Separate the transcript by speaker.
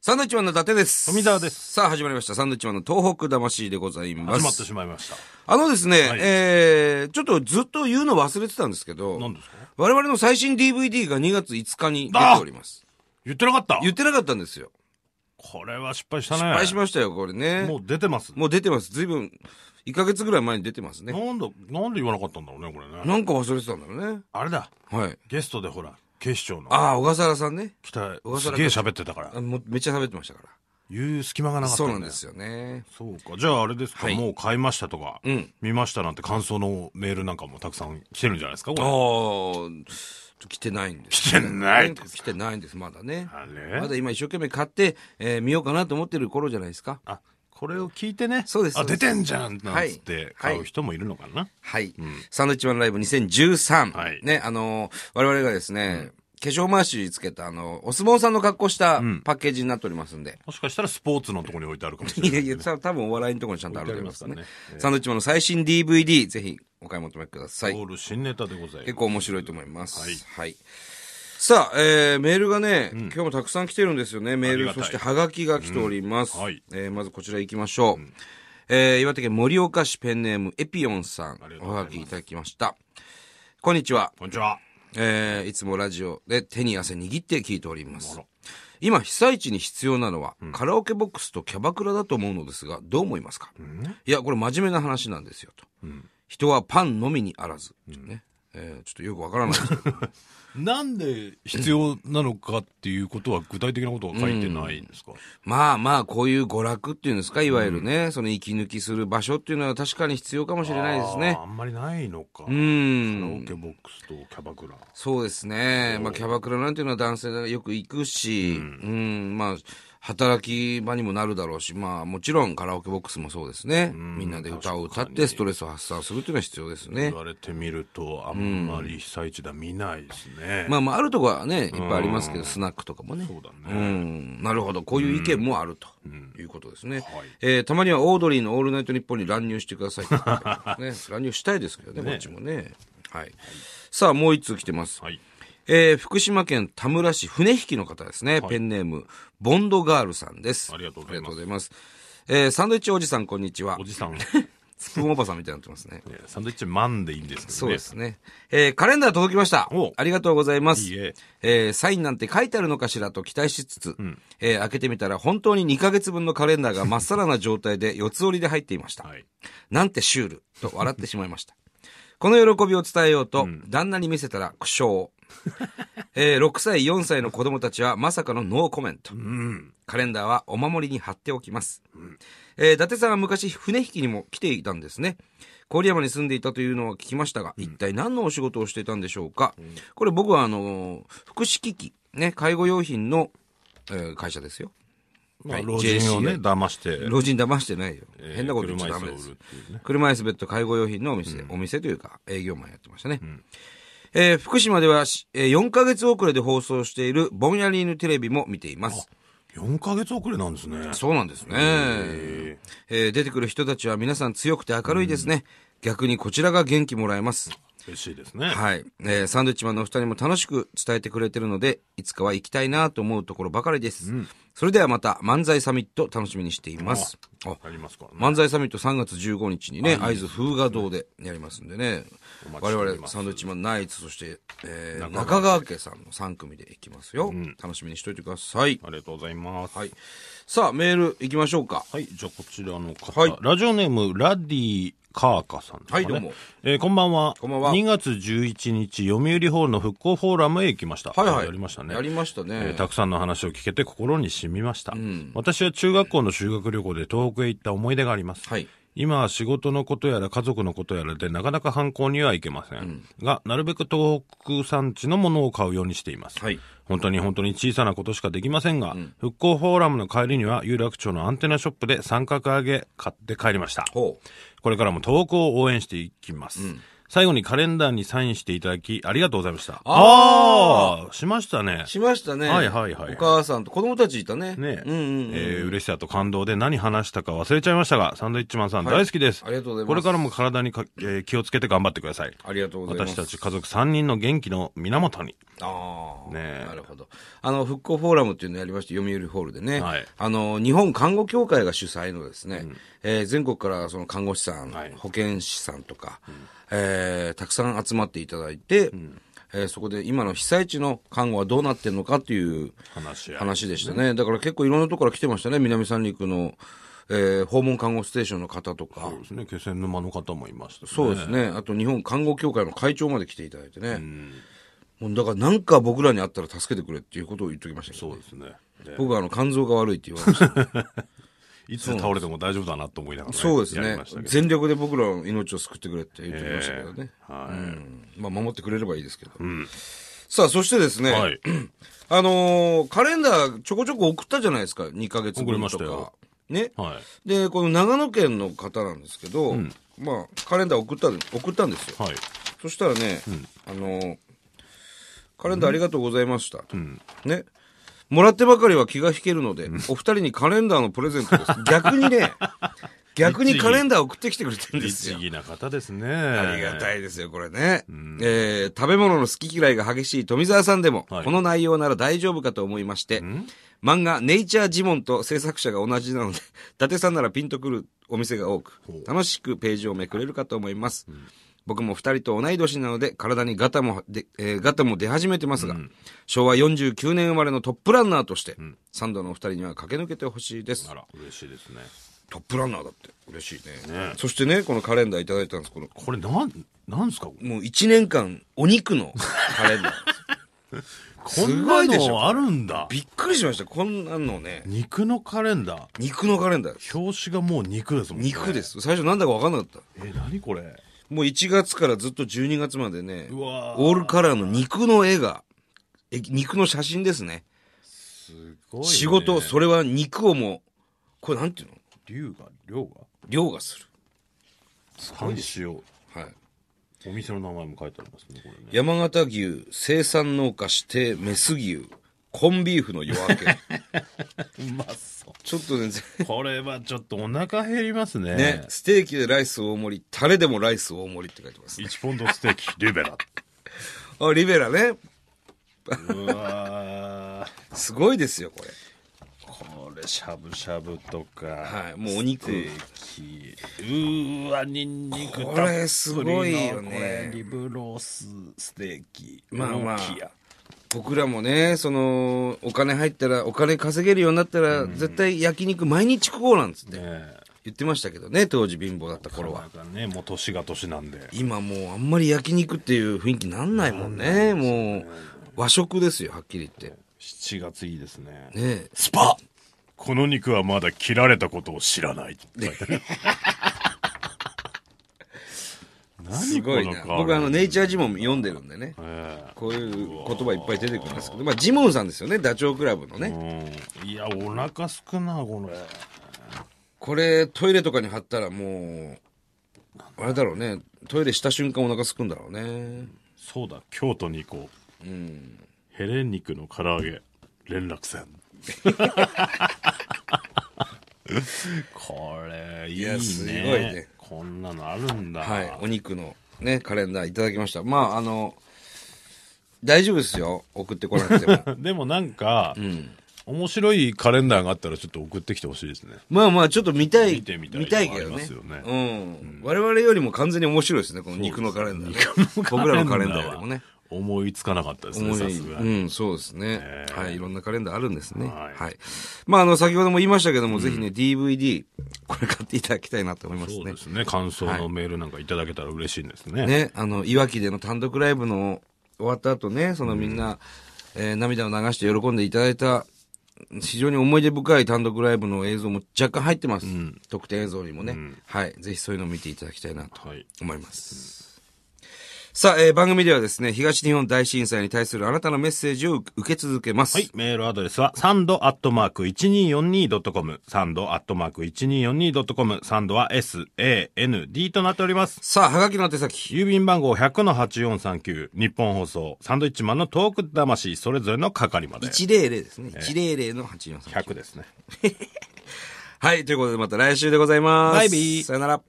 Speaker 1: サンドイッチマンの伊達です。
Speaker 2: 富澤です
Speaker 1: さあ始まりました。サンドイッチマンの東北魂でございます。
Speaker 2: 始まってしまいました。
Speaker 1: あのですね、
Speaker 2: はい
Speaker 1: えー、ちょっとずっと言うの忘れてたんですけど、
Speaker 2: 何ですか
Speaker 1: 我々の最新 DVD が2月5日に出ております。
Speaker 2: 言ってなかった
Speaker 1: 言ってなかったんですよ。
Speaker 2: これは失敗したね。
Speaker 1: 失敗しましたよ、これね。
Speaker 2: も
Speaker 1: も
Speaker 2: う出てます。
Speaker 1: う出てます。ずいぶん、1ヶ月ぐらい前に出てますね。
Speaker 2: なんだ、なんで言わなかったんだろうね、これね。
Speaker 1: なんか忘れてたんだろうね。
Speaker 2: あれだ、
Speaker 1: はい。
Speaker 2: ゲストでほら、警視庁の
Speaker 1: ああ、小笠原さんね。
Speaker 2: 北へ
Speaker 1: 小笠原
Speaker 2: すげえ喋ってたから
Speaker 1: あ、もうめっちゃ喋ってましたから。
Speaker 2: 言う隙間がなかった
Speaker 1: そ
Speaker 2: ん
Speaker 1: う
Speaker 2: だ
Speaker 1: な
Speaker 2: よ
Speaker 1: んですよね。
Speaker 2: そうか。じゃああれですか、
Speaker 1: はい
Speaker 2: もう買いましたとか、
Speaker 1: ん
Speaker 2: 見ましたなんて感想のメールなんかもたくさん来てるんじゃないですか、
Speaker 1: あ
Speaker 2: こ
Speaker 1: あ
Speaker 2: れ。、
Speaker 1: 来てないんです。
Speaker 2: 来てないんです
Speaker 1: 来てないんです、まだね。
Speaker 2: あれ
Speaker 1: まだ今一生懸命買って、えー見ようかなと思ってる頃じゃないですか。
Speaker 2: あ、これを聞いてね。
Speaker 1: そうです
Speaker 2: あ、
Speaker 1: そうで
Speaker 2: 出
Speaker 1: す
Speaker 2: てんじゃんなんつっ
Speaker 1: は
Speaker 2: て
Speaker 1: い
Speaker 2: 買う人もいるのかな。
Speaker 1: はい。サンドウィッチマンライブ2013。
Speaker 2: はい
Speaker 1: ね、あのー我々がですね、化粧回しつけた、あのお相撲さんの格好したパッケージになっておりますんで。
Speaker 2: もしかしたらスポーツのところに置いてあるかもしれない
Speaker 1: いやいや、た多分お笑いのところにちゃん とあると思いますね。
Speaker 2: 置いてありますからね
Speaker 1: サンドウィッチマンの最新 DVD、ぜひお買い求めください
Speaker 2: オ。ール新ネタでございます。
Speaker 1: 結構面白いと思います。
Speaker 2: はい
Speaker 1: さあ、えー、メールがね、今日もたくさん来てるんですよね。メー
Speaker 2: あり
Speaker 1: ル、
Speaker 2: が
Speaker 1: そ
Speaker 2: たい
Speaker 1: してハガキが来ております。
Speaker 2: うんはい
Speaker 1: えーまずこちら行きましょう。えー岩手県盛岡市ペンネームエピオンさん
Speaker 2: ありが、
Speaker 1: お
Speaker 2: とうござ
Speaker 1: は
Speaker 2: います
Speaker 1: がきいただきました。こんにちは。
Speaker 2: こんにちは。
Speaker 1: えーいつもラジオで手に汗握って聞いておりま
Speaker 2: あ
Speaker 1: す
Speaker 2: ら。
Speaker 1: 今、被災地に必要なのは、カラオケボックスとキャバクラだと思うのですが、どう思いますか、いや、これ真面目な話なんですよ、と。人はパンのみにあらず。ちょっとねえーちょっとよくわからないですけど
Speaker 2: なんで必要なのかっていうことは具体的なことは書いてないんですか、
Speaker 1: まあまあ、こういう娯楽っていうんですか、いわゆるね、その息抜きする場所っていうのは確かに必要かもしれないですね
Speaker 2: あー。あんまりないのか。
Speaker 1: う
Speaker 2: カラオ
Speaker 1: ん。
Speaker 2: ケボックスとキャバクラ。
Speaker 1: そうですね。まあ、キャバクラなんていうのは男性がよく行くし、うん、まあ、働き場にもなるだろうし、まあ、もちろんカラオケボックスもそうですね。みんなで歌を歌ってストレスを発散するっていうのは必要ですね
Speaker 2: 言。われてみると、あんまり被災地では見ないですね。
Speaker 1: まあまあ、あるとこはね、いっぱいありますけど、スナックとかもね。
Speaker 2: そうだ
Speaker 1: う
Speaker 2: ね。
Speaker 1: ん、なるほど。こういう意見もあるということですね。
Speaker 2: はい
Speaker 1: えーたまにはオードリーのオールナイトニッポンに乱入してくださいということ で、ね。乱入したいですけどね、こっちもね。はい。さあ、もう一通来てます。
Speaker 2: はい。
Speaker 1: えー福島県田村市船引きの方ですね。ペンネーム、ボンドガールさんです。
Speaker 2: ありがとうございます
Speaker 1: ます。えーサンドイッチおじさん、こんにちは
Speaker 2: お。じ さん、ね
Speaker 1: スプーンおばさんみたいになってますね。
Speaker 2: サンドイッチマンでいいんですけどね。
Speaker 1: そうで。すね。えーカレンダー届きました
Speaker 2: お。
Speaker 1: ありがとうございます。
Speaker 2: いいえ
Speaker 1: えーサインなんて書いてあるのかしらと期待しつつ、えー開けてみたら本当に2ヶ月分のカレンダーがまっさらな状態で四つ折りで入っていました。
Speaker 2: はい。
Speaker 1: なんてシュールと笑ってしまいました。 この喜びを伝えようと、旦那に見せたら苦笑。 えー6歳、4歳の子供たちはまさかのノーコメント。カレンダーはお守りに貼っておきます。えー伊達さんは昔船引きにも来ていたんですね。郡山に住んでいたというのは聞きましたが、一体何のお仕事をしていたんでしょうか。これ僕はあのー福祉機器、ね、介護用品の、えー会社ですよ。
Speaker 2: まあ、
Speaker 1: はい
Speaker 2: 老人をね、
Speaker 1: JCA
Speaker 2: 騙して、
Speaker 1: 老人騙してないよ。
Speaker 2: えー
Speaker 1: 変なこと言っちゃダメです
Speaker 2: 車椅子を売るっていうね。
Speaker 1: 車椅子ベッド介護用品のお店、お店というか営業マンやってましたね。えー福島ではし、えー4ヶ月遅れで放送しているボンヤリーヌテレビも見ています。
Speaker 2: 4ヶ月遅れなんですね。
Speaker 1: そうなんですね。えー出てくる人たちは皆さん強くて明るいですね。逆にこちらが元気もらえます。
Speaker 2: 嬉しいですね。
Speaker 1: はい。えーサンドウィッチマンのお二人も楽しく伝えてくれてるので、いつかは行きたいなと思うところばかりです。それではまた漫才サミット楽しみにしています。あ
Speaker 2: ありますからね。
Speaker 1: 漫才サミット3月15日にね、会津風雅堂でやりますんでね
Speaker 2: お、待
Speaker 1: 我
Speaker 2: ちしており
Speaker 1: 々
Speaker 2: ます
Speaker 1: サンドウィッチマンナイツ、そして、えー中
Speaker 2: 中川
Speaker 1: 川家さんの3組で行きますよ。楽しみにしといてください。
Speaker 2: ありがとうございます。
Speaker 1: はい。さあ、メール行きましょうか。
Speaker 2: はい、じゃあこちらの方、
Speaker 1: はい
Speaker 2: ラジオネーム、ラディカーカさんですかね。
Speaker 1: はいどうも。
Speaker 2: えーこんばんは。
Speaker 1: こんばんは
Speaker 2: 2月11日、読売ホールの復興フォーラムへ行きました。
Speaker 1: はいはい。
Speaker 2: やりましたね。
Speaker 1: やりました
Speaker 2: え
Speaker 1: ね
Speaker 2: ー。たくさんの話を聞けて心に染みました、私は中学校の修学旅行で東北へ行った思い出があります。
Speaker 1: はい
Speaker 2: 今は仕事のことやら家族のことやらでなかなか犯行にはいけません。が、なるべく東北産地のものを買うようにしています。
Speaker 1: はい
Speaker 2: 本当に本当に小さなことしかできませんが、復興フォーラムの帰りには有楽町のアンテナショップで三角揚げ買って帰りました。
Speaker 1: ほう。
Speaker 2: これからも東北を応援していきます。最後にカレンダーにサインしていただき、ありがとうございました。
Speaker 1: あ
Speaker 2: あーしましたね。
Speaker 1: しましたね。
Speaker 2: はいはいはい
Speaker 1: お母さんと子供たちいたね。
Speaker 2: ね
Speaker 1: うんうん、うん
Speaker 2: えー、嬉しさと感動で何話したか忘れちゃいましたが、サンドイッチマンさん
Speaker 1: はい
Speaker 2: 大好きです。
Speaker 1: ありがとうございます。
Speaker 2: これからも体にか、えー気をつけて頑張ってください。
Speaker 1: ありがとうございます。
Speaker 2: 私たち家族3人の元気の源に。
Speaker 1: ああ、
Speaker 2: ねえ
Speaker 1: なるほど。あの、復興フォーラムっていうのをやりまして、読売ホールでね、
Speaker 2: はい
Speaker 1: あの、日本看護協会が主催のですね、えー全国からその看護師さん、
Speaker 2: はい
Speaker 1: 保健師さんとか、えーたくさん集まっていただいて、えーそこで今の被災地の看護はどうなってるのかっていう
Speaker 2: 話や。
Speaker 1: 話でしたね。だから結構いろんなところから来てましたね、南三陸の、えー訪問看護ステーションの方とか
Speaker 2: そう。ですね。気仙沼の方もいました、ね。
Speaker 1: そうですね。あと日本看護協会の会長まで来ていただいてね。もうだからなんか僕らに会ったら助けてくれっていうことを言っときましたけど、
Speaker 2: そう
Speaker 1: ね
Speaker 2: で、すね。で
Speaker 1: 僕はあの肝臓が悪いって言われま した。
Speaker 2: いつ倒れても大丈夫だなと思いながら、
Speaker 1: そうです
Speaker 2: やり
Speaker 1: ね
Speaker 2: ました。けど
Speaker 1: 全力で僕らの命を救ってくれって言ってきましたけどね。
Speaker 2: はい
Speaker 1: うんまあ守ってくれればいいですけど。さあ、そしてですね、
Speaker 2: はい。
Speaker 1: あのーカレンダーちょこちょこ送ったじゃないですか、2ヶ月
Speaker 2: 送り
Speaker 1: 分
Speaker 2: ま
Speaker 1: と
Speaker 2: した
Speaker 1: か
Speaker 2: よ。
Speaker 1: ね。
Speaker 2: はい。
Speaker 1: で、この長野県の方なんですけど、まあ、カレンダー送ったん、送ったんですよ。
Speaker 2: はい。
Speaker 1: そしたらね、あのーカレンダーありがとうございました。ね。もらってばかりは気が引けるので、お二人にカレンダーのプレゼントです。逆に ね、逆にカレンダー送ってきてくれてるんです
Speaker 2: 律
Speaker 1: よ。
Speaker 2: 儀な方ですね。
Speaker 1: あ
Speaker 2: あ
Speaker 1: りがたいですよ、これね。えー食べ物の好き嫌いが激しい富澤さんでも、
Speaker 2: はい
Speaker 1: この内容なら大丈夫かと思いまして、漫画、ネイチャージモンと制作者が同じなので、伊 達さんならピンとくるお店が多く、楽しくページをめくれるかと思います。僕も二人と同い年なので、体にガタもで、えーガタも出始めてますが、昭和49年生まれのトップランナーとして、サンドのお二人には駆け抜けてほしいです
Speaker 2: あ。ら、嬉しいですね。
Speaker 1: トップランナーだって嬉しいね。そしてね、このカレンダーいただいたんです。この
Speaker 2: これ、なん、なんですかこれ
Speaker 1: もう一年間、お肉のカレンダー。
Speaker 2: こん
Speaker 1: ご
Speaker 2: ない
Speaker 1: でしょ
Speaker 2: のあるんだ。
Speaker 1: びっくりしました。こんなのね、
Speaker 2: 肉のカレンダー。
Speaker 1: 肉のカレンダーです。
Speaker 2: 表紙がもう肉ですもんね。
Speaker 1: 肉です。最初なんだか分かんなかった。
Speaker 2: え、何これ
Speaker 1: もう1月からずっと12月までね、
Speaker 2: うわー
Speaker 1: オールカラーの肉の絵が、え肉の写真ですね。
Speaker 2: すごい、ね。
Speaker 1: 仕事、それは肉をも、これなんていうの
Speaker 2: 龍が、量が
Speaker 1: 凌駕す
Speaker 2: 監視を。
Speaker 1: る。はい。
Speaker 2: お店の名前も書いてありますね、これね。
Speaker 1: 山形牛、生産農家指定、メス牛、コンビーフの夜明 け。
Speaker 2: うまそう。
Speaker 1: ちょっとね、ぜ
Speaker 2: これはちょっとお腹減りますね。
Speaker 1: ね、ステーキでライス大盛り、タレでもライス大盛りって書いてます。
Speaker 2: 1ポンドステ ーキ、リベラ。
Speaker 1: あ、リベラね。
Speaker 2: うわー
Speaker 1: すごいですよ、これ。
Speaker 2: これ、しゃぶしゃぶとか。
Speaker 1: はいもうお肉
Speaker 2: ステーキ。うーわ、ニンニクたっぷりの
Speaker 1: これすごいよね
Speaker 2: これリブロースステーキ。
Speaker 1: まあまあ
Speaker 2: ローキア
Speaker 1: 僕らもね、その、お金入ったら、お金稼げるようになったら、絶対焼肉毎日食おうなんつって
Speaker 2: ね
Speaker 1: 言ってましたけどね、当時貧乏だった
Speaker 2: これ
Speaker 1: 頃は。
Speaker 2: はね、もう年が年なんで。
Speaker 1: 今もうあんまり焼肉っていう雰囲気なんないもんね。もう、和食ですよ、はっきり言って。
Speaker 2: 7月いいですね。
Speaker 1: ねえ
Speaker 2: スパこの肉はまだ切られたことを知らない。
Speaker 1: す
Speaker 2: 何こ
Speaker 1: ごい
Speaker 2: の
Speaker 1: な。
Speaker 2: 顔
Speaker 1: 僕あの、ネイチャージモン読んでるんでね。
Speaker 2: え
Speaker 1: こういう言葉いっぱい出てくるんですけど、まあ、ジモンさんですよね、ダチョウ倶楽部のね。
Speaker 2: えうん。いや、お腹すくな、これ。
Speaker 1: これ、トイレとかに貼ったらもう、あれだろうね。トイレした瞬間お腹すくんだろうね。
Speaker 2: そうだ、京都に行こう。ヘレン肉の唐揚げ、連絡船。 これ、いい
Speaker 1: や
Speaker 2: ね。
Speaker 1: すごいね
Speaker 2: こんなのあるんだ。
Speaker 1: はい。お肉のね、カレンダーいただきました。まあ、あの、大丈夫ですよ。送ってこなく ても。
Speaker 2: でもなんか、面白いカレンダーがあったらちょっと送ってきてほしいですね。
Speaker 1: まあまあ、ちょっと見たい。
Speaker 2: 見てみたい
Speaker 1: けど
Speaker 2: ありま
Speaker 1: ね
Speaker 2: すよね
Speaker 1: うん。我々よりも完全に面白いですね、この肉のカレンダー。僕らのカレンダーよりもね。
Speaker 2: 思いつかなかったですね、
Speaker 1: 思
Speaker 2: さ
Speaker 1: い
Speaker 2: すが
Speaker 1: う
Speaker 2: に。
Speaker 1: ん、そうですね。はい、いろんなカレンダーあるんですね。は。
Speaker 2: はいい
Speaker 1: まあ、あの、先ほども言いましたけども、ぜひね、DVD、これ買っていただきたいなと思います
Speaker 2: そう
Speaker 1: ね
Speaker 2: で。すね。感想のメールなんかいただけたら嬉しいんです ね。
Speaker 1: ね、あの、いわきでの単独ライブの終わった後ね、そのみんな、えー涙を流して喜んでいただいた、非常に思い出深い単独ライブの映像も若干入ってます。特典映像にもね、はい。ぜひそういうのを見ていただきたいなと
Speaker 2: はい。
Speaker 1: 思います。さあ、えー番組ではですね、東日本大震災に対するあなたのメッセージを受受け続けます。
Speaker 2: はい。メールアドレスは、サンドアットマーク 1242.com。サンドアットマーク 1242.com。サンドは SAND となっております。
Speaker 1: さあ、はがきの手先。
Speaker 2: 郵便番号100-8439。日本放送。サンドイッチマンのトーク魂。それぞれの係まで。
Speaker 1: 100ですね。100の843。
Speaker 2: 100ですね。
Speaker 1: はい、ということでまた来週でございます。
Speaker 2: バイビー
Speaker 1: さよなら。